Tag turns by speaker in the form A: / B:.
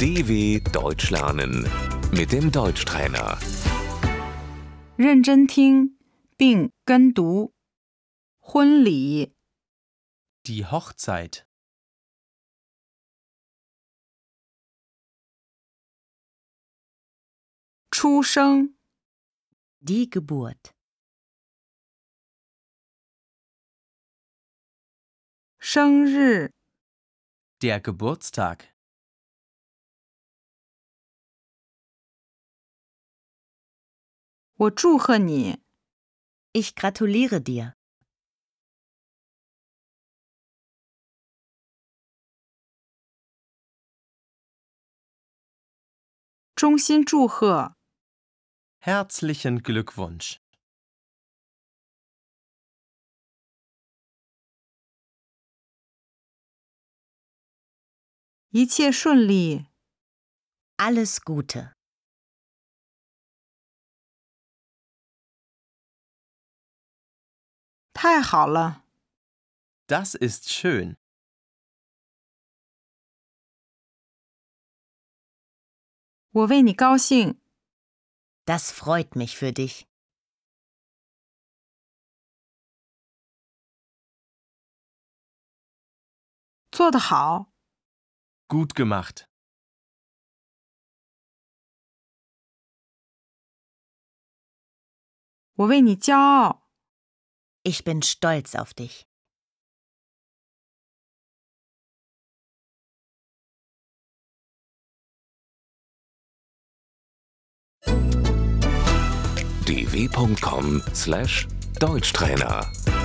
A: DW Deutsch lernen mit dem Deutschtrainer.
B: 认真听并跟读。婚礼、
C: Die Hochzeit.
B: 出生、
D: Die Geburt.
B: 生日、
C: Der Geburtstag.
B: 我祝贺你、
D: Ich gratuliere dir.
B: 衷心祝贺、
C: Herzlichen Glückwunsch.
B: 一切顺利、
D: Alles Gute.
B: 太好了！
C: Das ist schön.
B: 我为你高兴。
D: Das freut mich für dich.
B: 做得好，
C: Gut gemacht.
B: 我为你骄傲。
D: Ich bin stolz auf dich.
A: dw.com/deutschtrainer